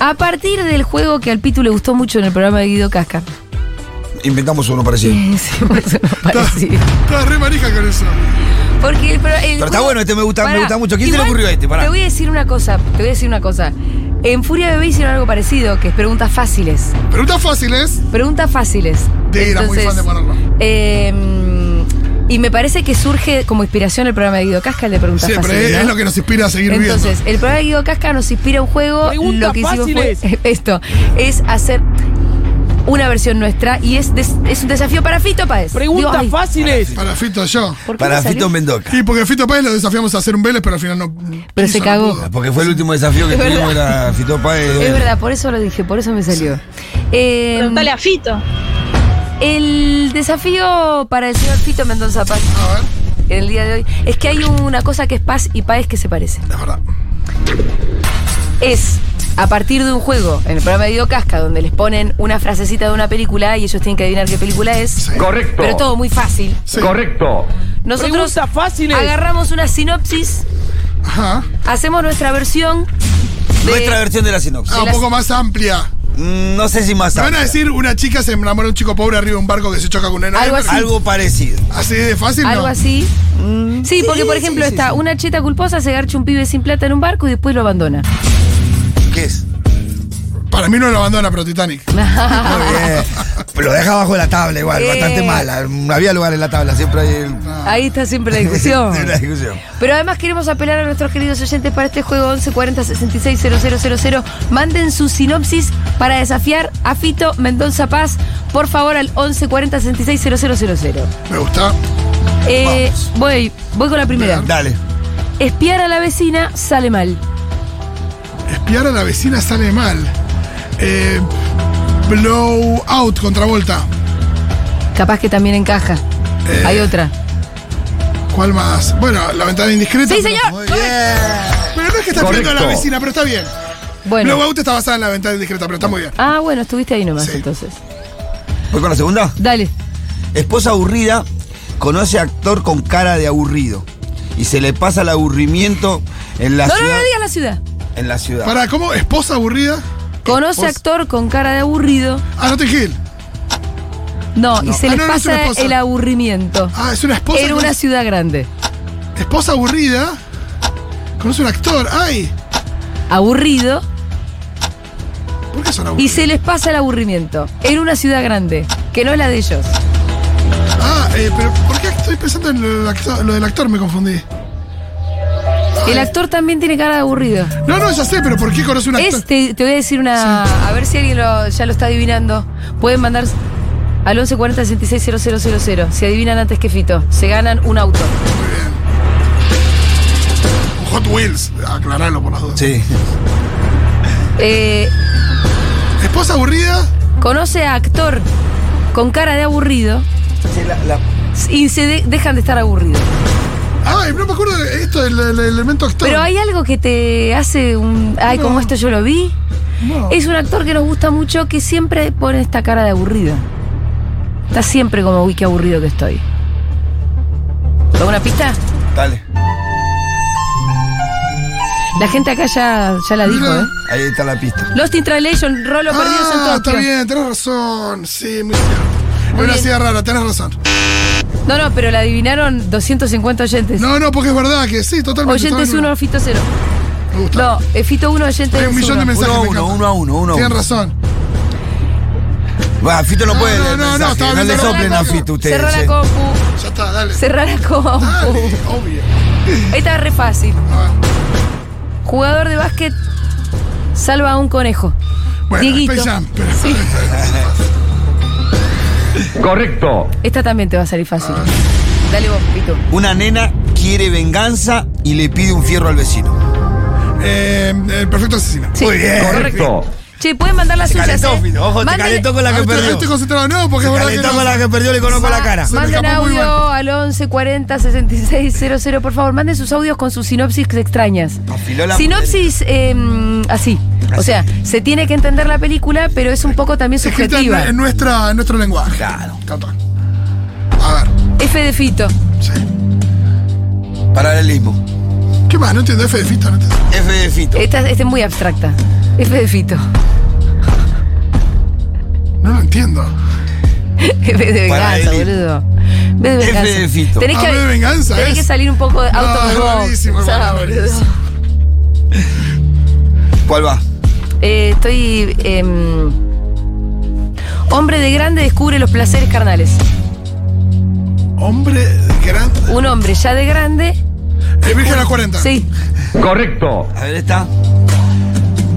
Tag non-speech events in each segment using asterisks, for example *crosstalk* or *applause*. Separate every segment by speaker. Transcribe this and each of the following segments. Speaker 1: A partir del juego que al Pitu le gustó mucho en el programa de Guido Casca.
Speaker 2: Inventamos uno
Speaker 1: *laughs*
Speaker 2: parecido.
Speaker 1: Sí, por eso no pareció.
Speaker 3: Estaba re manija con eso.
Speaker 1: Porque el, pro- el
Speaker 2: Pero está bueno, este me gusta- me gusta mucho. ¿Quién se le
Speaker 1: igual
Speaker 2: ocurrió este? Pará.
Speaker 1: Te voy a decir una cosa, te voy a decir una cosa. En Furia Bebé hicieron algo parecido, que es preguntas fáciles.
Speaker 3: Preguntas fáciles.
Speaker 1: Preguntas fáciles.
Speaker 3: Sí, era muy fan de Manolo.
Speaker 1: eh, y me parece que surge como inspiración el programa de Guido Casca, el de preguntas
Speaker 3: Siempre ¿eh?
Speaker 1: fáciles.
Speaker 3: es,
Speaker 1: ¿no?
Speaker 3: es lo que nos inspira a seguir
Speaker 1: Entonces, el programa de Guido Casca nos inspira a un juego.
Speaker 4: Preguntas
Speaker 1: lo que hicimos fue
Speaker 4: fáciles.
Speaker 1: *laughs* esto, es hacer una versión nuestra y es, des- es un desafío para Fito Paez. Digo,
Speaker 4: Preguntas
Speaker 1: ay,
Speaker 3: viviendo.
Speaker 4: fáciles.
Speaker 3: Para Fito yo.
Speaker 1: ¿por qué
Speaker 2: Para
Speaker 1: me salió?
Speaker 2: Fito Mendoza.
Speaker 3: Sí, porque Fito Páez lo desafiamos a hacer un Vélez, pero al final no.
Speaker 1: Pero
Speaker 3: quiso,
Speaker 1: se
Speaker 3: no
Speaker 1: cagó.
Speaker 3: pudo.
Speaker 2: Porque fue el último desafío que tuvimos, era Fito Páez.
Speaker 1: Es verdad, por eso lo dije, por eso me salió. Eh,
Speaker 5: Preguntale a Fito.
Speaker 1: el desafío para el señor Fito Mendoza Paz
Speaker 3: A ver,
Speaker 1: en el día de hoy es que hay una cosa que es Paz y Páez que se parece.
Speaker 3: es verdad.
Speaker 1: Es a partir de un juego en el programa de Guido Casca donde les ponen una frasecita de una película y ellos tienen que adivinar qué película es.
Speaker 6: Correcto.
Speaker 1: Pero todo muy fácil.
Speaker 3: Sí.
Speaker 6: Correcto.
Speaker 1: Nosotros
Speaker 4: Preguntas fáciles.
Speaker 1: agarramos una sinopsis,
Speaker 3: Ajá.
Speaker 1: hacemos nuestra versión. de-
Speaker 2: Nuestra versión de la sinopsis.
Speaker 3: Ah, un
Speaker 1: las-
Speaker 3: poco más amplia.
Speaker 2: Mm, No sé si más
Speaker 3: Me van a
Speaker 2: amplia.
Speaker 3: decir una chica se enamora de un chico pobre arriba de un barco que se choca con un enano.
Speaker 1: Algo así.
Speaker 2: Algo parecido.
Speaker 3: Así de fácil,
Speaker 1: Algo
Speaker 3: ¿no?
Speaker 1: así. Sí, porque por
Speaker 2: Mm. sí,
Speaker 1: ejemplo
Speaker 2: sí,
Speaker 1: está
Speaker 2: sí.
Speaker 1: una cheta culposa, se garcha un pibe sin plata en un barco y después lo abandona.
Speaker 2: ¿Qué es?
Speaker 3: Para mí no lo abandona, pero Titanic.
Speaker 2: Muy bien. Pero Lo deja abajo de la tabla igual,
Speaker 1: Ah. Eh.
Speaker 2: bastante mala. Había lugar en la tabla, siempre hay el-
Speaker 1: Ahí está
Speaker 2: *laughs*
Speaker 1: siempre la discusión.
Speaker 2: Ah. la discusión.
Speaker 1: Pero además queremos apelar a nuestros queridos oyentes para este juego 1140 000. Manden su sinopsis para desafiar a Fito Mendoza Paz, por favor, al 1140 000.
Speaker 3: Me gusta.
Speaker 1: Eh, voy, voy con la primera.
Speaker 2: Dale.
Speaker 1: Espiar a la vecina sale mal.
Speaker 3: Espiar a la vecina sale mal. Eh, blow out contra Volta.
Speaker 1: Capaz que también encaja.
Speaker 3: Eh.
Speaker 1: Hay otra.
Speaker 3: ¿Cuál más? Bueno, la ventana indiscreta.
Speaker 1: ¡Sí,
Speaker 3: pero-
Speaker 1: señor!
Speaker 2: Muy bien.
Speaker 3: Pero no es que está espiando a la
Speaker 6: Correcto.
Speaker 3: vecina, pero está bien.
Speaker 1: Bueno.
Speaker 3: Blow out está basada en la ventana indiscreta, pero está muy bien.
Speaker 1: Ah, bueno, estuviste ahí nomás
Speaker 3: Sí.
Speaker 1: entonces.
Speaker 2: ¿Voy con la segunda?
Speaker 1: Dale.
Speaker 2: Esposa aburrida conoce a actor con cara de aburrido y se le pasa el aburrimiento en la
Speaker 1: No, no,
Speaker 2: ciudad.
Speaker 1: no digas la ciudad.
Speaker 3: Eh,
Speaker 2: En la ciudad.
Speaker 3: Para, ¿cómo? ¿Esposa aburrida?
Speaker 1: Conoce actor con cara de aburrido.
Speaker 3: Ah, no te Hill.
Speaker 1: No, y se
Speaker 3: Ah,
Speaker 1: les
Speaker 3: no, no, es una
Speaker 1: pasa
Speaker 3: esposa.
Speaker 1: el aburrimiento.
Speaker 3: Ah, es una esposa.
Speaker 1: En
Speaker 3: con-
Speaker 1: una ciudad grande.
Speaker 3: Esposa aburrida. Conoce un actor. ¡Ay!
Speaker 1: Aburrido.
Speaker 3: ¿Por qué son
Speaker 1: Y
Speaker 3: aburridos?
Speaker 1: se les pasa el aburrimiento. En una ciudad grande. Que no es la de ellos.
Speaker 3: Ah, eh, pero ¿por qué estoy pensando en lo del actor? Lo del actor me confundí.
Speaker 1: El actor también tiene cara de aburrido.
Speaker 3: No, no, ya sé, pero ¿por qué conoce un actor?
Speaker 1: Este, te voy a decir una. A ver si alguien lo- ya lo está adivinando. Pueden mandar al 1140 000. Si adivinan antes que Fito, se ganan un auto.
Speaker 3: Un Hot Wheels. Aclaralo por las dudas.
Speaker 2: Sí.
Speaker 1: Eh,
Speaker 3: Esposa aburrida.
Speaker 1: conoce a actor con cara de aburrido
Speaker 2: Sí, la- la-
Speaker 1: y se de- dejan de estar aburridos.
Speaker 3: Ay, no me acuerdo de esto del, del elemento actor.
Speaker 1: Pero hay algo que te hace un. Ay, como esto yo lo vi.
Speaker 3: No.
Speaker 1: Es un actor que nos gusta mucho que siempre pone esta cara de aburrido. Está siempre como, uy, qué aburrido que estoy. ¿Alguna pista?
Speaker 2: Dale.
Speaker 1: La gente acá ya, ya la dijo,
Speaker 3: Mira.
Speaker 1: ¿eh?
Speaker 2: Ahí está la pista.
Speaker 1: Lost in Translation, Rolo Perdidos en
Speaker 3: Ah,
Speaker 1: Tokio.
Speaker 3: está bien, tenés razón. Sí, muy cierto.
Speaker 1: Muy
Speaker 3: Una
Speaker 1: bien.
Speaker 3: silla rara, tenés razón.
Speaker 1: No, no, pero la adivinaron 250 oyentes.
Speaker 3: No, no, porque es verdad que sí, totalmente.
Speaker 1: oyentes
Speaker 3: estaba en
Speaker 1: 1, Fito 0.
Speaker 3: Me gusta.
Speaker 1: No, eh, Fito 1, oyentes
Speaker 3: Hay un millón
Speaker 1: 0.
Speaker 3: de mensajes.
Speaker 2: Uno a
Speaker 3: me
Speaker 2: uno,
Speaker 3: encanta.
Speaker 2: uno a uno, uno a
Speaker 3: Tienen
Speaker 2: uno.
Speaker 3: razón.
Speaker 2: Va, Fito no
Speaker 3: No,
Speaker 2: puede.
Speaker 3: no,
Speaker 2: leer
Speaker 3: no, no,
Speaker 2: mensajes,
Speaker 3: estaba
Speaker 2: le
Speaker 3: viendo la
Speaker 2: soplen a
Speaker 3: radio.
Speaker 2: Fito ustedes.
Speaker 1: Cerrar la
Speaker 2: eh.
Speaker 1: compu,
Speaker 3: Ya está, dale.
Speaker 1: cerrar la compu. *laughs*
Speaker 3: Dale, obvio.
Speaker 1: Esta es re fácil.
Speaker 3: Ah,
Speaker 1: Jugador de básquet salva a un conejo.
Speaker 3: Bueno,
Speaker 1: Dieguito.
Speaker 3: Space Jam, pero-
Speaker 6: Correcto.
Speaker 1: Esta también te va a salir fácil.
Speaker 3: Ah.
Speaker 1: Dale vos, Fito.
Speaker 2: Una nena quiere venganza y le pide un fierro al vecino.
Speaker 3: Eh, el perfecto asesino.
Speaker 1: Sí.
Speaker 2: Muy bien.
Speaker 6: Correcto.
Speaker 1: Che, pueden mandar las
Speaker 2: Se
Speaker 1: suyas.
Speaker 2: calentó,
Speaker 1: ¿eh?
Speaker 2: Fito. Ojo, te
Speaker 1: Manden-
Speaker 2: calentó con la que
Speaker 3: Ahora estoy,
Speaker 2: perdió.
Speaker 3: Ah, estoy Este concentrado, no, porque es verdad que
Speaker 2: Calentó
Speaker 3: no.
Speaker 2: con la que perdió, le conozco la cara.
Speaker 3: Se me
Speaker 1: Manden
Speaker 3: escapó muy
Speaker 1: audio
Speaker 3: bueno.
Speaker 1: al 11 40 66 00, por favor. Manden sus audios con sus sinopsis extrañas.
Speaker 2: Afiló la
Speaker 1: sinopsis eh, así. O sea, se tiene que entender la película, pero es un poco también
Speaker 3: Escrita en,
Speaker 1: subjetiva.
Speaker 3: en nuestra, en nuestro lenguaje.
Speaker 2: Claro.
Speaker 3: Tal cual. A ver,
Speaker 1: F de Fito.
Speaker 3: sí.
Speaker 2: Paralelismo.
Speaker 3: ¿Qué más? No entiendo, F de Fito, no entiendo.
Speaker 2: F de Fito.
Speaker 1: Esta, esta es muy abstracta. F de Fito. *laughs*
Speaker 3: No lo entiendo.
Speaker 1: F de
Speaker 2: Para
Speaker 1: venganza,
Speaker 2: Eli.
Speaker 1: boludo. B de
Speaker 2: F
Speaker 1: venganza.
Speaker 2: de Fito.
Speaker 1: Tenés
Speaker 3: Ah,
Speaker 1: que,
Speaker 3: B de venganza,
Speaker 1: tenés
Speaker 3: es. Ah,
Speaker 1: que salir un poco de
Speaker 3: No,
Speaker 1: auto de
Speaker 3: es
Speaker 1: box,
Speaker 3: buenísimo,
Speaker 1: ¿sabes,
Speaker 3: hermano,
Speaker 1: boludo?
Speaker 3: buenísimo.
Speaker 2: ¿Cuál va?
Speaker 1: Eh, estoy. em, hombre de grande descubre los placeres carnales.
Speaker 3: Hombre grande.
Speaker 1: Un hombre ya de grande.
Speaker 3: El Virgen a las 40.
Speaker 1: Sí.
Speaker 6: Correcto.
Speaker 2: A ver, está.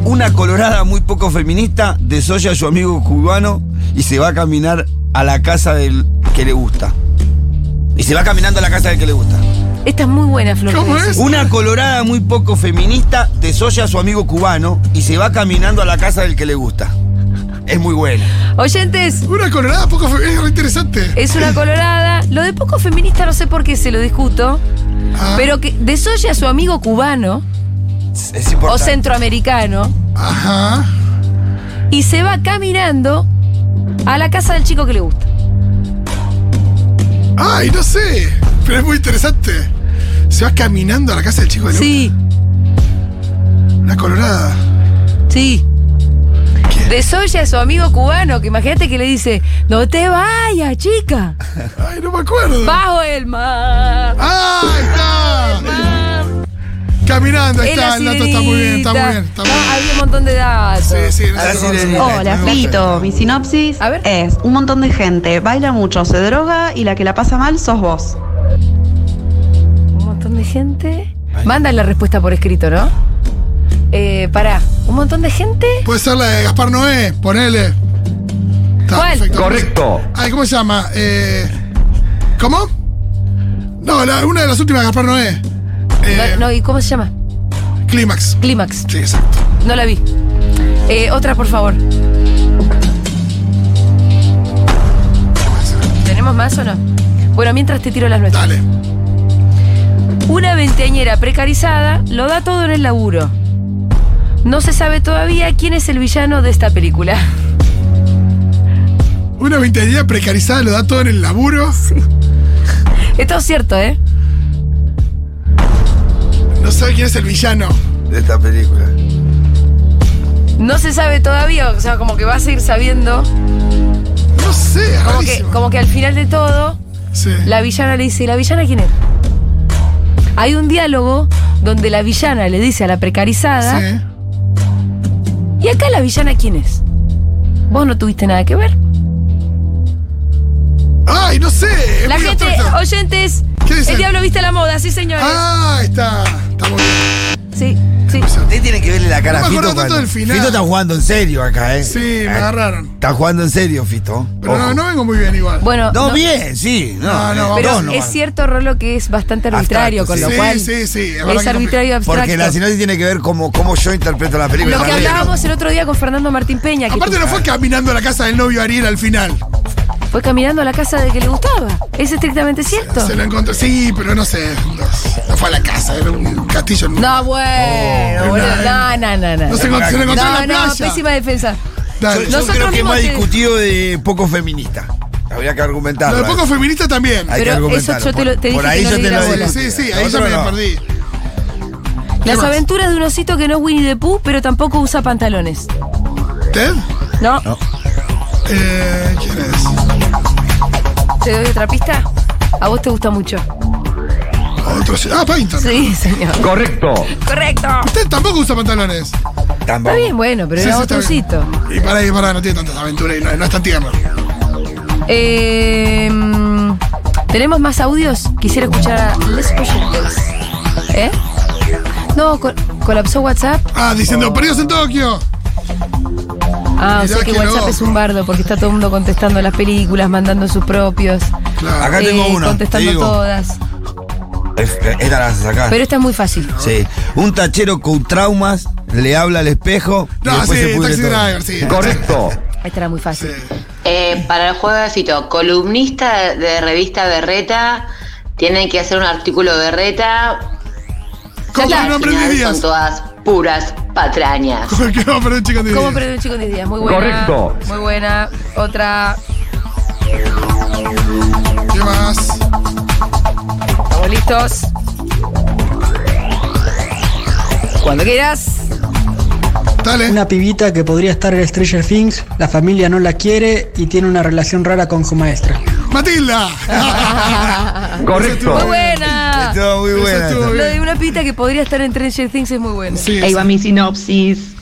Speaker 2: Una colorada muy poco feminista desoya a su amigo cubano y se va a caminar a la casa del que le gusta. Y se va caminando a la casa del que le gusta.
Speaker 1: Esta es muy buena, Flor.
Speaker 3: ¿Cómo es?
Speaker 2: Una colorada muy poco feminista desoya a su amigo cubano y se va caminando a la casa del que le gusta. Es muy buena.
Speaker 1: Oyentes,
Speaker 3: Una colorada poco fe- es re interesante.
Speaker 1: es una colorada. Lo de poco feminista no sé por qué se lo discuto.
Speaker 3: Ah,
Speaker 1: Pero que desoye a su amigo cubano
Speaker 2: Es- es importante.
Speaker 1: o centroamericano
Speaker 3: Ajá.
Speaker 1: y se va caminando a la casa del chico que le gusta.
Speaker 3: Ay, no sé. Pero es muy interesante. Se va caminando a la casa del chico de la-
Speaker 1: Sí,
Speaker 3: Una colorada.
Speaker 1: sí. Desoye a su amigo cubano, que imagínate que le dice, no te vayas, chica,
Speaker 3: Ay, no me acuerdo.
Speaker 1: bajo el mar.
Speaker 3: Ah, ahí está. Caminando, ahí
Speaker 1: Es la
Speaker 3: está. El dato está muy bien, está muy
Speaker 1: sirenita.
Speaker 3: bien. Está muy bien.
Speaker 1: No, había un montón de datos.
Speaker 3: Sí, sí, no
Speaker 2: A
Speaker 3: sé
Speaker 2: la
Speaker 3: cómo se
Speaker 2: sirenita.
Speaker 3: llama.
Speaker 4: Hola,
Speaker 3: No,
Speaker 4: Fito. Mi sinopsis
Speaker 1: A ver.
Speaker 4: es un montón de gente, baila mucho, se droga y la que la pasa mal sos vos.
Speaker 1: Un montón de gente. Mandan la respuesta por escrito, ¿no? Eh, pará, un montón de gente.
Speaker 3: Puede ser la de Gaspar Noé, ponele. Está,
Speaker 1: ¿Cuál?
Speaker 6: Correcto.
Speaker 3: Ay, ¿cómo se llama? Eh, ¿Cómo? No, la- una de las últimas de Gaspar Noé. Eh,
Speaker 1: No, no, ¿y cómo se llama?
Speaker 3: Clímax.
Speaker 1: Clímax.
Speaker 3: Sí, exacto.
Speaker 1: No la vi. Eh, otra, por favor. ¿Tenemos más o no? Bueno, mientras te tiro las nuestras.
Speaker 3: Dale.
Speaker 1: Una veinteañera precarizada lo da todo en el laburo. No se sabe todavía quién es el villano de esta película. *laughs*
Speaker 3: Una veinteañera precarizada lo da todo en el laburo.
Speaker 1: Esto es cierto, ¿eh?
Speaker 3: No sabe quién es el villano.
Speaker 2: De esta película.
Speaker 1: No se sabe todavía, o sea, como que vas a ir sabiendo.
Speaker 3: No sé,
Speaker 1: Como que,
Speaker 3: rarísimo.
Speaker 1: como que al final de todo,
Speaker 3: Sí.
Speaker 1: la villana le dice, ¿y la villana quién es? Hay un diálogo donde la villana le dice a la precarizada,
Speaker 3: Sí.
Speaker 1: ¿Y acá la villana quién es? Vos no tuviste nada que ver.
Speaker 3: Ay, no sé. es
Speaker 1: La
Speaker 3: muy
Speaker 1: gente,
Speaker 3: abstracto.
Speaker 1: oyentes,
Speaker 3: ¿Qué dicen?
Speaker 1: el diablo viste la moda, sí señores.
Speaker 3: Ah, ahí está. Está muy bien.
Speaker 1: Sí, sí.
Speaker 2: Usted tiene que verle la cara
Speaker 3: No
Speaker 2: a
Speaker 3: me
Speaker 2: Fito.
Speaker 3: acuerdo tanto
Speaker 2: cuando-
Speaker 3: del final.
Speaker 2: Fito está jugando en serio acá, ¿eh?
Speaker 3: Sí, me
Speaker 2: Eh,
Speaker 3: agarraron.
Speaker 2: Está jugando en serio, Fito.
Speaker 3: Pero
Speaker 2: Ojo.
Speaker 3: no, no vengo muy bien igual.
Speaker 1: Bueno,
Speaker 2: No,
Speaker 1: no,
Speaker 2: bien, sí. No,
Speaker 3: No,
Speaker 2: eh,
Speaker 3: no,
Speaker 1: pero
Speaker 2: dos nomás.
Speaker 1: es cierto, Rolo, que es bastante arbitrario,
Speaker 2: Abstracto,
Speaker 1: con lo
Speaker 3: sí,
Speaker 1: cual
Speaker 3: sí, sí. Es, verdad que
Speaker 1: es
Speaker 3: compli-
Speaker 1: arbitrario y abstracto.
Speaker 2: Porque la sinopsis tiene que ver como cómo yo interpreto la película.
Speaker 1: lo que
Speaker 2: Para mí,
Speaker 1: hablábamos el otro día con Fernando Martín Peña, que
Speaker 3: Aparte no fue caminando a la casa del novio Ariel al final.
Speaker 1: fue caminando a la casa de que le gustaba. Es estrictamente cierto.
Speaker 3: Se lo encontró. Sí, pero no sé. No, no fue a la casa, era un castillo. en-
Speaker 1: No, bueno,
Speaker 3: Oh,
Speaker 1: boludo, no,
Speaker 3: no,
Speaker 1: no, no, no.
Speaker 3: No se, encont- se lo encontró
Speaker 1: No,
Speaker 3: en la
Speaker 1: no, pues
Speaker 3: playa.
Speaker 1: pésima defensa.
Speaker 2: Yo,
Speaker 3: Dale.
Speaker 2: yo
Speaker 1: Nosotros
Speaker 2: creo que
Speaker 1: mismos
Speaker 2: más
Speaker 1: te-
Speaker 2: discutido de poco feminista. Habría que argumentarlo. ¿eh?
Speaker 3: Lo de poco feminista también.
Speaker 2: Hay que
Speaker 1: Pero eso
Speaker 2: argumentarlo.
Speaker 1: yo te lo- te
Speaker 2: Por
Speaker 1: dije
Speaker 2: ahí
Speaker 1: que no
Speaker 2: yo
Speaker 1: le
Speaker 2: te
Speaker 1: diera
Speaker 2: lo
Speaker 1: bola.
Speaker 2: digo.
Speaker 3: Sí, sí, ahí ya
Speaker 2: Otro
Speaker 3: me
Speaker 2: no.
Speaker 3: perdí.
Speaker 1: Las
Speaker 3: más?
Speaker 1: aventuras de un osito que no es Winnie the Pooh, pero tampoco usa pantalones.
Speaker 3: ¿Ted?
Speaker 1: No,
Speaker 3: Eh, ¿Quién es?
Speaker 1: te doy otra pista. A vos te gusta mucho.
Speaker 3: Otro. sí. Ah, Paddington.
Speaker 1: Sí, señor.
Speaker 6: Correcto.
Speaker 1: Correcto.
Speaker 3: Usted tampoco usa pantalones.
Speaker 1: Está
Speaker 2: Tampoco.
Speaker 1: bien, bueno, pero
Speaker 3: Sí,
Speaker 1: era
Speaker 3: sí,
Speaker 1: otro
Speaker 3: está bien.
Speaker 1: osito.
Speaker 3: Y para ahí, para, no tiene tantas aventuras y no, no es tan tierno.
Speaker 1: Eh, mm, ¿Tenemos más audios? Quisiera escuchar a Miss Special Guest. ¿Eh? No, col- colapsó WhatsApp.
Speaker 3: Ah, diciendo, perdidos en Tokio.
Speaker 1: Ah, o
Speaker 3: Mirá
Speaker 1: sea que
Speaker 3: qué
Speaker 1: WhatsApp
Speaker 3: loco.
Speaker 1: es un bardo porque está todo el mundo contestando las películas, mandando sus propios.
Speaker 3: Claro.
Speaker 2: Acá tengo
Speaker 1: eh,
Speaker 2: uno,
Speaker 1: Contestando
Speaker 2: te digo.
Speaker 1: todas.
Speaker 2: Es- Esta la vas a sacar.
Speaker 1: Pero esta es muy fácil.
Speaker 2: Sí. Un tachero con traumas le habla al espejo. y
Speaker 3: No,
Speaker 2: después
Speaker 3: sí,
Speaker 2: se pudre
Speaker 3: Taxi
Speaker 2: todo.
Speaker 3: Driver, sí.
Speaker 6: Correcto.
Speaker 1: Esta era muy
Speaker 3: Sí.
Speaker 1: fácil.
Speaker 5: Eh, para el juego de Fito, columnista de revista Berreta, tienen que hacer un artículo Berreta.
Speaker 3: ¿Cómo
Speaker 5: Ya está,
Speaker 3: no
Speaker 5: al final
Speaker 3: aprendí días?
Speaker 5: Son todas puras patrañas.
Speaker 3: *laughs* ¿Cómo que va a perder un chico en
Speaker 1: ¿Cómo
Speaker 3: diez?
Speaker 1: perder un chico en 10 días? Muy buena.
Speaker 6: Correcto.
Speaker 1: Muy buena. Otra.
Speaker 3: ¿Qué más?
Speaker 1: Estamos listos. Cuando quieras.
Speaker 3: Dale.
Speaker 7: Una pibita que podría estar en Stranger Things, la familia no la quiere y tiene una relación rara con su maestra.
Speaker 1: Ah,
Speaker 3: Matilda.
Speaker 6: Correcto.
Speaker 1: ¡Muy buena!
Speaker 2: *laughs* Estuvo muy
Speaker 3: Eso
Speaker 2: buena.
Speaker 3: estuvo
Speaker 2: esta.
Speaker 1: Lo de una pita que podría estar en Stranger Things es muy bueno.
Speaker 3: Sí,
Speaker 4: Ahí
Speaker 3: sí.
Speaker 4: va mi sinopsis.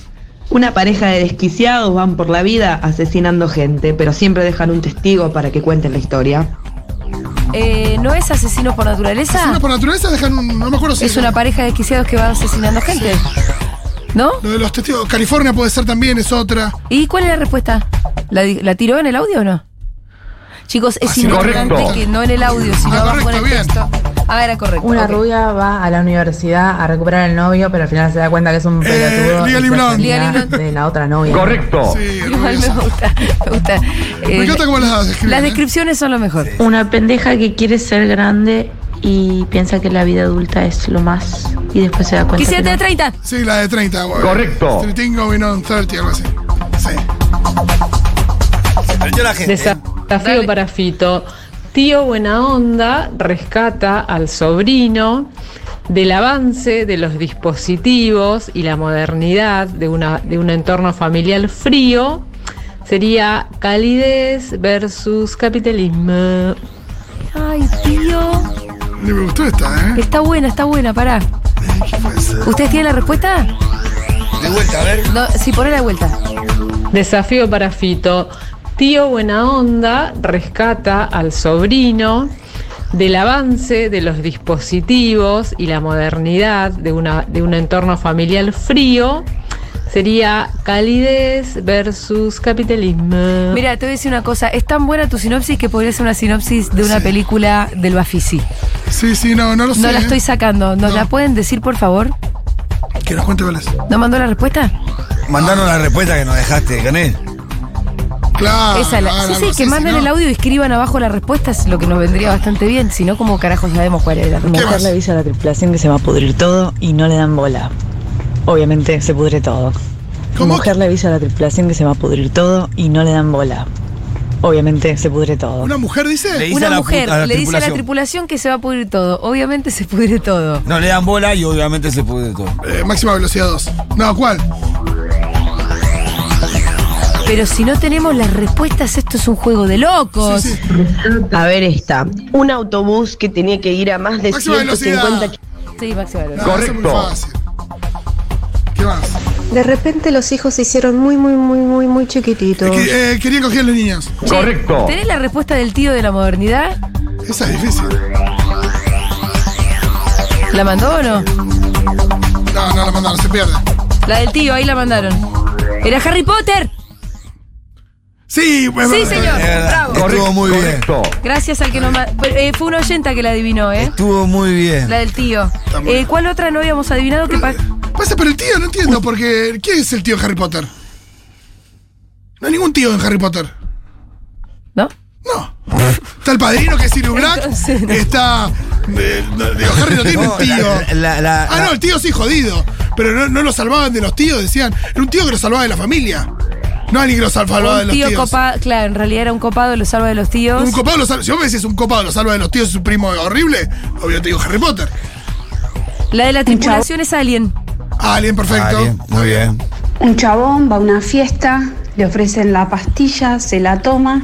Speaker 4: Una pareja de desquiciados van por la vida asesinando gente, pero siempre dejan un testigo para que cuenten la historia.
Speaker 1: Eh, ¿No es asesino por naturaleza?
Speaker 3: Asesinos por naturaleza dejan un. No me acuerdo si.
Speaker 1: Ah. Es una pareja de desquiciados que va asesinando gente. ¿No?
Speaker 3: Lo de los testigos. California puede ser también, es otra.
Speaker 1: ¿Y cuál es la respuesta? ¿La, di- la tiró en el audio o no? Chicos, es
Speaker 3: Así
Speaker 1: importante
Speaker 6: correcto.
Speaker 1: que no en el audio, sino
Speaker 3: Ah,
Speaker 1: abajo en el
Speaker 3: correcto, bien.
Speaker 1: texto. Ah, era correcto.
Speaker 8: Una
Speaker 1: ok.
Speaker 8: rubia va a la universidad a recuperar al novio, pero al final se da cuenta que es un
Speaker 3: Eh,
Speaker 8: pelotudo.
Speaker 3: Liga
Speaker 8: y se
Speaker 3: Liblón.
Speaker 8: hace
Speaker 1: Liga
Speaker 8: amiga
Speaker 1: Liblón.
Speaker 8: De la otra novia.
Speaker 6: Correcto.
Speaker 1: *laughs*
Speaker 3: Sí,
Speaker 1: Igual me
Speaker 3: rubiosa.
Speaker 1: gusta, me gusta. Eh,
Speaker 3: Me encanta cómo las describen.
Speaker 1: las
Speaker 3: ¿eh?
Speaker 1: descripciones son lo mejor.
Speaker 9: Una pendeja que quiere ser grande y piensa que la vida adulta es lo más y después se da cuenta.
Speaker 1: Que sea
Speaker 9: que no.
Speaker 1: de 30.
Speaker 3: Sí, la de 30. güey.
Speaker 6: Correcto.
Speaker 3: 13 going on 30, algo así. Sí.
Speaker 2: Se prendió la gente. ¿eh?
Speaker 10: Desafío
Speaker 1: Dale.
Speaker 10: para Fito. Tío Buena Onda rescata al sobrino del avance de los dispositivos y la modernidad de, una, de un entorno familiar frío. Sería calidez versus capitalismo.
Speaker 1: Ay, tío.
Speaker 3: Ni me gustó esta, ¿eh?
Speaker 1: Está buena, está buena, pará. ¿Ustedes tienen la respuesta?
Speaker 2: De vuelta, a ver.
Speaker 1: No, sí, poné la vuelta.
Speaker 10: Desafío para Fito. Tío Buena Onda rescata al sobrino del avance de los dispositivos y la modernidad de, una, de un entorno familiar frío. Sería calidez versus capitalismo.
Speaker 1: Mira, te voy a decir una cosa. Es tan buena tu sinopsis que podría ser una sinopsis de una película del Bafisi.
Speaker 3: Sí, sí, no, no lo sé.
Speaker 1: No la
Speaker 3: ¿eh?
Speaker 1: estoy sacando. ¿Nos
Speaker 3: No.
Speaker 1: la pueden decir, por favor?
Speaker 3: Que nos cuente Vélez.
Speaker 1: ¿No mandó la respuesta?
Speaker 2: Mandanos la respuesta que nos dejaste, Canel.
Speaker 3: Claro.
Speaker 1: Esa la-
Speaker 3: claro,
Speaker 1: sí, sí,
Speaker 3: Ah, no
Speaker 1: que
Speaker 3: sé,
Speaker 1: manden
Speaker 3: si
Speaker 1: el
Speaker 3: no.
Speaker 1: audio y escriban abajo la respuesta, es lo que nos vendría bastante bien. Si no, como carajo sabemos cuál es la
Speaker 3: ¿Qué
Speaker 1: respuesta.
Speaker 3: más?
Speaker 11: avisa a la tripulación que se va a pudrir todo y no le dan bola. Obviamente se pudre todo.
Speaker 3: ¿Cómo?
Speaker 11: Mujer le avisa a la tripulación que se va a pudrir todo y no le dan bola. Obviamente se pudre todo.
Speaker 3: ¿Una mujer dice?
Speaker 2: Le dice a
Speaker 1: Una
Speaker 2: la
Speaker 1: mujer
Speaker 2: puta- a la
Speaker 1: le dice a la
Speaker 2: tripulación.
Speaker 1: tripulación que se va a pudrir todo. Obviamente se pudre todo.
Speaker 2: No le dan bola y obviamente se puede todo.
Speaker 3: Eh, máxima velocidad 2. No, ¿cuál?
Speaker 1: Pero si no tenemos las respuestas, esto es un juego de locos.
Speaker 3: Sí, sí.
Speaker 4: A ver esta. Un autobús que tenía que ir a más de
Speaker 3: Máxima velocidad.
Speaker 1: Sí, Maxi Valor.
Speaker 3: No, esa es muy
Speaker 6: Correcto.
Speaker 3: fácil. ¿Qué más?
Speaker 1: Oh,
Speaker 11: De repente los hijos se hicieron muy, muy, muy, muy, muy
Speaker 3: Es
Speaker 11: chiquititos.
Speaker 3: que, eh, quería coger a los niños.
Speaker 1: Che,
Speaker 6: Correcto.
Speaker 1: ¿Tenés la respuesta del tío de la modernidad?
Speaker 3: Esa es difícil.
Speaker 1: ¿La mandó o no?
Speaker 3: No, no la mandaron, se pierde.
Speaker 1: La del tío, ahí la mandaron. ¡Era Harry Potter!
Speaker 3: Sí, bueno,
Speaker 1: Sí,
Speaker 3: eh,
Speaker 1: señor.
Speaker 2: Es verdad,
Speaker 1: Bravo.
Speaker 2: Estuvo muy bien.
Speaker 6: Correcto.
Speaker 1: Gracias al que nos ma- eh, Fue una oyenta que la adivinó, ¿eh?
Speaker 2: Estuvo muy bien.
Speaker 1: La del tío.
Speaker 3: muy
Speaker 1: Eh, ¿Cuál otra no habíamos adivinado? Que pa-
Speaker 3: Pasa, pero el tío no entiendo, porque ¿quién es el tío de Harry Potter? No hay ningún tío en Harry Potter.
Speaker 1: ¿No?
Speaker 3: No. Está el padrino que es Sirius Black.
Speaker 1: Entonces, no.
Speaker 3: Está. eh, no, digo, Harry no tiene
Speaker 2: No,
Speaker 3: un tío.
Speaker 2: la- la- la-
Speaker 3: ah,
Speaker 2: la-
Speaker 3: no, el tío sí jodido. Pero no, no lo salvaban de los tíos, decían. Era un tío que lo salvaba de la familia. No alguien que lo sal- salvaba de
Speaker 1: Un
Speaker 3: los
Speaker 1: tío
Speaker 3: tíos.
Speaker 1: copado. Claro, en realidad era un copado, lo salva de los tíos.
Speaker 3: Un copado lo salva. Si vos me decís un copado lo salva de los tíos, es un primo horrible, obvio te digo Harry Potter.
Speaker 1: La de la tripulación es Alien.
Speaker 3: Alien, perfecto.
Speaker 2: Alguien, Muy bien.
Speaker 11: Un chabón va a una fiesta, le ofrecen la pastilla, se la toma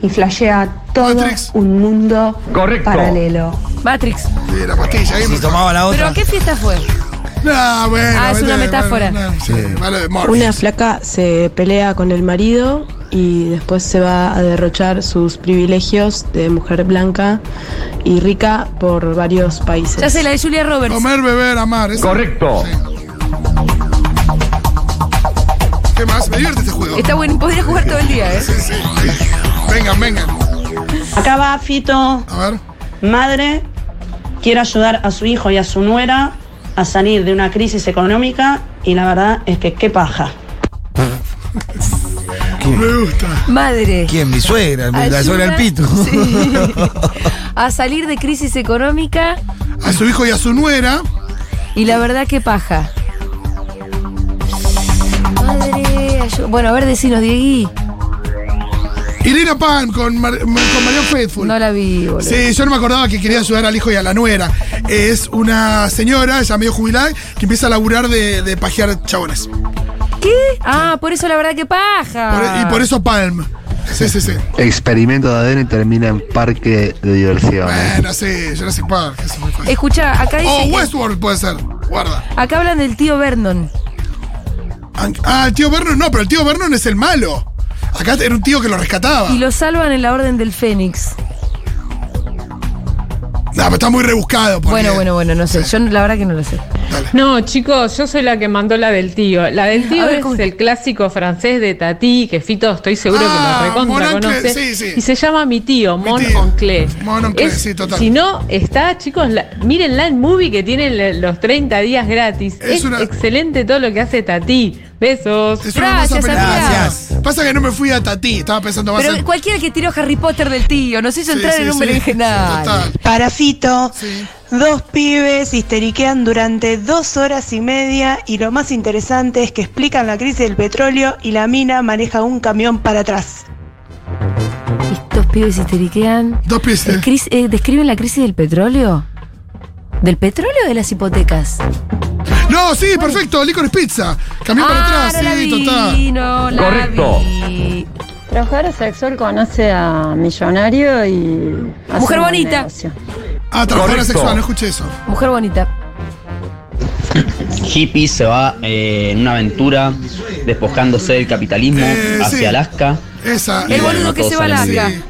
Speaker 11: y flashea todo
Speaker 3: Matrix.
Speaker 11: un mundo
Speaker 6: Correcto.
Speaker 11: paralelo.
Speaker 1: Matrix.
Speaker 3: Sí, la pastilla, ahí
Speaker 2: Si tomaba la
Speaker 1: ¿Pero
Speaker 2: otra.
Speaker 1: a qué fiesta fue?
Speaker 3: No, bueno,
Speaker 1: Ah, es
Speaker 3: vete,
Speaker 1: una metáfora.
Speaker 3: vale, no, sí, vale, de Morpheus.
Speaker 11: Una flaca se pelea con el marido y después se va a derrochar sus privilegios de mujer blanca y rica por varios países.
Speaker 1: Ya sé, la de Julia Roberts.
Speaker 3: Comer, beber, amar. ¿esa?
Speaker 6: Correcto.
Speaker 3: ¿Qué más? Me divierte este juego.
Speaker 1: Está bueno, podría jugar todo el día, ¿eh?
Speaker 3: Sí, sí, sí. Vengan, vengan.
Speaker 11: Acá va Fito,
Speaker 3: A ver.
Speaker 11: madre, quiere ayudar a su hijo y a su nuera a salir de una crisis económica y la verdad es que qué paja.
Speaker 3: Me gusta.
Speaker 1: Madre.
Speaker 2: ¿Quién? Mi suegra. mi-
Speaker 1: ayuda-
Speaker 2: La suegra del pito.
Speaker 1: *laughs* Sí. a salir de crisis económica
Speaker 3: A su hijo y a su nuera.
Speaker 1: y la verdad que paja. Madre. ayu- Bueno, a ver, decinos, Diegui.
Speaker 3: Irina Pan con, Mar- con Marion Faithful.
Speaker 1: No la vi, boludo.
Speaker 3: Sí, yo no me acordaba que quería ayudar al hijo y a la nuera. Es una señora, ya medio jubilada, que empieza a laburar de, de pajear chabones.
Speaker 1: ¿Qué? Ah, por eso la verdad que paja.
Speaker 3: Por- e- y por eso Palm. Sí, sí, sí.
Speaker 12: Experimento de ADN termina en parque de diversiones.
Speaker 3: Bueno, sí, Jurassic Park. eso es muy fácil.
Speaker 1: Escucha, acá dice.
Speaker 3: Oh,
Speaker 1: que-
Speaker 3: Westworld puede ser. Guarda.
Speaker 1: Acá hablan del tío Vernon.
Speaker 3: Ah, el tío Vernon no, pero el tío Vernon es el malo. Acá era un tío que lo rescataba.
Speaker 1: Y lo salvan en la Orden del Fénix.
Speaker 3: No, pero está muy rebuscado. porque-
Speaker 1: Bueno, bueno, bueno, no sé. Yo la verdad que no lo sé.
Speaker 10: No, chicos, yo soy la que mandó la del tío. La del tío
Speaker 1: A ver,
Speaker 10: es
Speaker 1: ¿cómo?
Speaker 10: el clásico francés de Tati, que Fito estoy seguro
Speaker 3: Ah,
Speaker 10: que lo recontra
Speaker 3: Mon Oncle, sí,
Speaker 10: conoce.
Speaker 3: sí.
Speaker 10: Y se llama Mi tío, Mon
Speaker 3: tío.
Speaker 10: Oncle.
Speaker 3: Mon Oncle,
Speaker 10: Es-
Speaker 3: sí, total.
Speaker 10: Si no, está, chicos, la, miren la movie que tiene le- los 30 días gratis.
Speaker 3: Es
Speaker 10: Es,
Speaker 3: una-
Speaker 10: excelente todo lo que hace Tati. Besos.
Speaker 3: Es una hermosa
Speaker 1: Gracias,
Speaker 3: película.
Speaker 1: amiga.
Speaker 3: Pasa que no me fui a Tati, estaba pensando más
Speaker 1: Pero
Speaker 3: en.
Speaker 1: cualquiera que tiró Harry Potter del tío, nos hizo
Speaker 3: Sí,
Speaker 1: entrar
Speaker 3: sí,
Speaker 1: en un
Speaker 3: sí.
Speaker 1: berenjenal.
Speaker 3: Total.
Speaker 13: Parafito,
Speaker 3: Sí.
Speaker 13: dos pibes histeriquean durante dos horas y media y lo más interesante es que explican la crisis del petróleo y la mina maneja un camión para atrás.
Speaker 1: Estos pibes histeriquean.
Speaker 3: Dos pies.
Speaker 1: Eh, Cris- eh, ¿Describen la crisis del petróleo? ¿Del petróleo o de las hipotecas?
Speaker 3: No, sí, perfecto, licor es pizza. Camión para
Speaker 1: Ah,
Speaker 3: atrás,
Speaker 1: no la
Speaker 3: sí,
Speaker 1: vi,
Speaker 3: total.
Speaker 1: no la
Speaker 6: Correcto.
Speaker 1: vi.
Speaker 14: Trabajadora sexual conoce a millonario y. hace
Speaker 1: Mujer
Speaker 14: un
Speaker 1: bonita.
Speaker 14: negocio.
Speaker 3: Ah, trabajadora
Speaker 15: Correcto.
Speaker 3: sexual, no escuché eso.
Speaker 1: Mujer bonita.
Speaker 15: Hippie se va eh, en una aventura despojándose del capitalismo
Speaker 3: Eh,
Speaker 15: Mm, hacia
Speaker 3: sí.
Speaker 15: Alaska.
Speaker 3: Esa. eh,
Speaker 15: El boludo que se va a Alaska.
Speaker 3: Sí.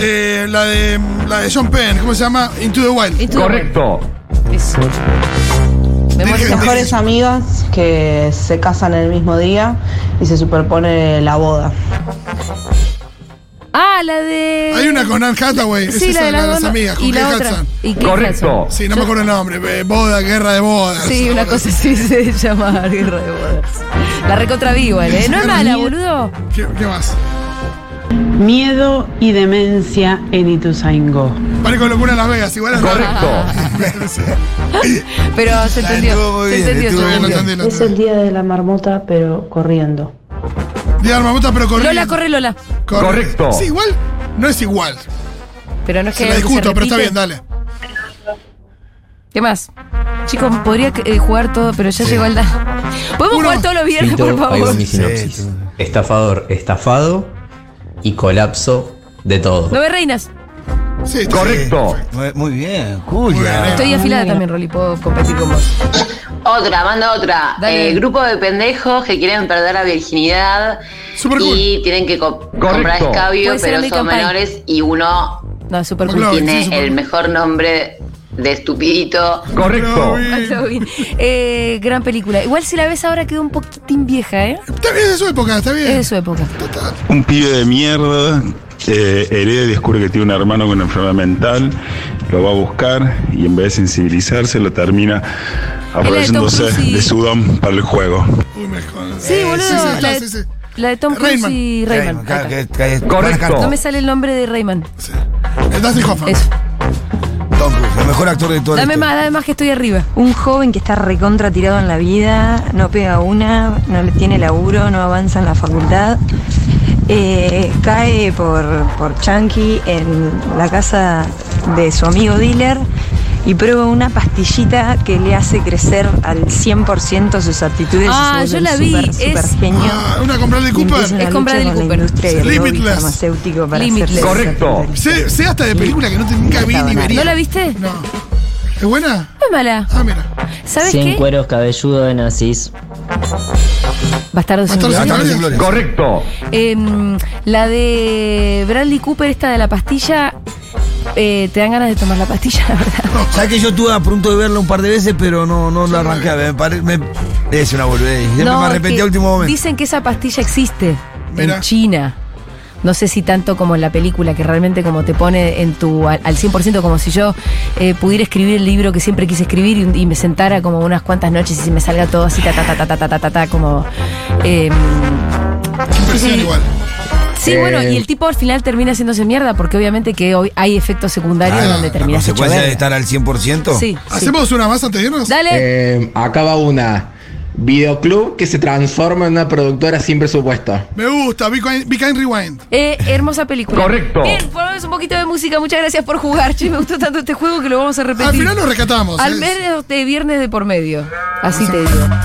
Speaker 3: Eh, la de la de John Penn, ¿cómo se llama? Into the Wild.
Speaker 6: Correcto.
Speaker 3: Dirige-
Speaker 4: Mejores amigas que se casan el mismo día y se superpone la boda.
Speaker 1: Ah, la de.
Speaker 3: Hay una con Anne Hathaway, es
Speaker 1: Sí,
Speaker 3: esa
Speaker 1: la de
Speaker 3: la de
Speaker 1: la
Speaker 3: las
Speaker 1: dona-
Speaker 3: amigas,
Speaker 1: y
Speaker 3: con Kate
Speaker 1: la otra.
Speaker 3: Hudson.
Speaker 1: Y Kate Correcto. Hudson.
Speaker 3: Sí, no me acuerdo el nombre. eh, Boda, guerra de bodas.
Speaker 1: Sí, una cosa así *laughs* se llama Guerra de Bodas. La recontraví igual, ¿eh? No es mala, boludo.
Speaker 3: ¿Qué, qué más?
Speaker 16: Miedo y demencia en Ituzaingó.
Speaker 3: Pare con locura en Las Vegas, igual es *laughs*
Speaker 1: Pero se entendió. Se entendió, se entendió.
Speaker 3: Es el
Speaker 16: día de la marmota, pero corriendo.
Speaker 3: Día de Armamuta, pero corriendo.
Speaker 1: Lola, corre Lola.
Speaker 3: Corre.
Speaker 6: Correcto.
Speaker 3: Sí, igual no es igual.
Speaker 1: Pero no es
Speaker 3: Se
Speaker 1: que.
Speaker 3: la discuto, pero
Speaker 1: repite.
Speaker 3: está bien, dale.
Speaker 1: ¿Qué más? Chicos, podría eh, jugar todo, pero ya llegó el da. *laughs* ¿Podemos
Speaker 3: Uno.
Speaker 1: jugar todos los viernes, por
Speaker 17: ahí va
Speaker 1: favor?
Speaker 17: mi sinopsis. Estafador, estafado y colapso de todo.
Speaker 1: No ve reinas.
Speaker 3: Sí, está
Speaker 6: Correcto.
Speaker 2: Muy- Muy bien, Julia.
Speaker 1: Estoy afilada también, Roli, puedo competir con vos.
Speaker 5: Otra, manda otra.
Speaker 1: Dale.
Speaker 5: Eh, grupo de pendejos que quieren perder la virginidad y tienen que co- comprar escabio,
Speaker 1: Puede ser
Speaker 5: pero
Speaker 1: American
Speaker 5: son
Speaker 1: Pie.
Speaker 5: menores y uno
Speaker 1: No, super
Speaker 5: que
Speaker 1: cool.
Speaker 5: tiene el mejor nombre de estupidito.
Speaker 6: Correcto.
Speaker 1: Halloween. Eh, gran película. Igual si la ves ahora quedó un poquitín vieja, ¿eh?
Speaker 3: Está bien, es de su época, está bien.
Speaker 1: Es de su época.
Speaker 18: Un pibe de mierda eh, hereda y descubre que tiene un hermano con enfermedad mental, lo va a buscar y en vez de sensibilizarse lo termina aprovechándose
Speaker 1: Tom Cruise y-
Speaker 18: de su don para el juego.
Speaker 3: Uy, mejor.
Speaker 1: Sí, boludo.
Speaker 3: sí, sí,
Speaker 1: la,
Speaker 3: sí,
Speaker 1: de, la de Tom Cruise
Speaker 3: Rayman.
Speaker 1: y Rayman.
Speaker 2: Claro,
Speaker 1: Ahí
Speaker 2: que- que-
Speaker 1: está.
Speaker 2: Correcto.
Speaker 1: No me sale el nombre de Rayman.
Speaker 3: Es Dustin Hoffman.
Speaker 1: Eso.
Speaker 2: Tom Cruise, el mejor actor de todo el
Speaker 1: Dame más, dame más que estoy arriba.
Speaker 19: Un joven que está recontra tirado en la vida, no pega una, no le tiene laburo, no avanza en la facultad. Eh, cae por, por Chunky en la casa de su amigo dealer y prueba una pastillita que le hace crecer al 100% sus aptitudes. y
Speaker 1: Ah,
Speaker 19: se vuelve
Speaker 1: yo la
Speaker 19: un
Speaker 1: vi,
Speaker 19: super,
Speaker 1: es-
Speaker 19: super genio.
Speaker 3: Ah, una con Bradley
Speaker 19: Y
Speaker 3: Cooper.
Speaker 19: empieza una
Speaker 3: Es
Speaker 1: con
Speaker 19: lucha
Speaker 1: Bradley
Speaker 19: la
Speaker 1: Cooper.
Speaker 19: industria y el lobby
Speaker 3: Limitless.
Speaker 19: farmacéutico para
Speaker 1: Limitless.
Speaker 19: hacerse
Speaker 6: Correcto.
Speaker 3: Sé, sé hasta de película que no te nunca vi ni vería.
Speaker 1: ¿No la viste?
Speaker 3: No. ¿Es buena?
Speaker 1: No es mala.
Speaker 3: Ah, mira.
Speaker 1: ¿Sabes
Speaker 20: Cien
Speaker 1: qué?
Speaker 20: cueros cabelludo de Narcis.
Speaker 1: Bastardo sin
Speaker 3: Bastardo
Speaker 1: gloria.
Speaker 3: sin gloria.
Speaker 6: Correcto.
Speaker 1: Em, la de Bradley Cooper, esta de la pastilla, eh, te dan ganas de tomar la pastilla, la verdad.
Speaker 2: Ya que yo estuve a punto de verla un par de veces, pero no, no la arranqué. Me pare- me- es una boludez. Siempre
Speaker 1: No,
Speaker 2: me
Speaker 1: es
Speaker 2: arrepentí
Speaker 1: que
Speaker 2: a último momento.
Speaker 1: Dicen que esa pastilla existe
Speaker 2: Mirá.
Speaker 1: en China. No sé si tanto como en la película, que realmente como te pone en tu al, al 100%, como si yo eh, pudiera escribir el libro que siempre quise escribir y, un- y me sentara como unas cuantas noches y me salga todo así, ta, ta, ta, ta, ta, ta, ta, ta, ta, como... em,
Speaker 3: Impresión igual.
Speaker 1: Sí, bueno, y el tipo al final termina haciéndose mierda porque obviamente que hoy hay efectos secundarios
Speaker 2: Ah,
Speaker 1: donde
Speaker 2: la
Speaker 1: terminas hecho
Speaker 2: consecuencia de
Speaker 1: verga.
Speaker 2: estar al 100%?
Speaker 1: Sí.
Speaker 3: ¿Hacemos una más antes de irnos?
Speaker 1: Dale.
Speaker 20: Eh, acá va una. Videoclub que se transforma en una productora sin presupuesto.
Speaker 3: Me gusta, Be Kind, Be Kind Rewind.
Speaker 1: Eh, hermosa película.
Speaker 20: Correcto.
Speaker 1: Bien, ponemos un poquito de música. Muchas gracias por jugar, che. Me gustó tanto este juego que lo vamos a repetir.
Speaker 3: Al final lo rescatamos.
Speaker 1: Al
Speaker 3: eh.
Speaker 1: menos de viernes de por medio. Así te digo.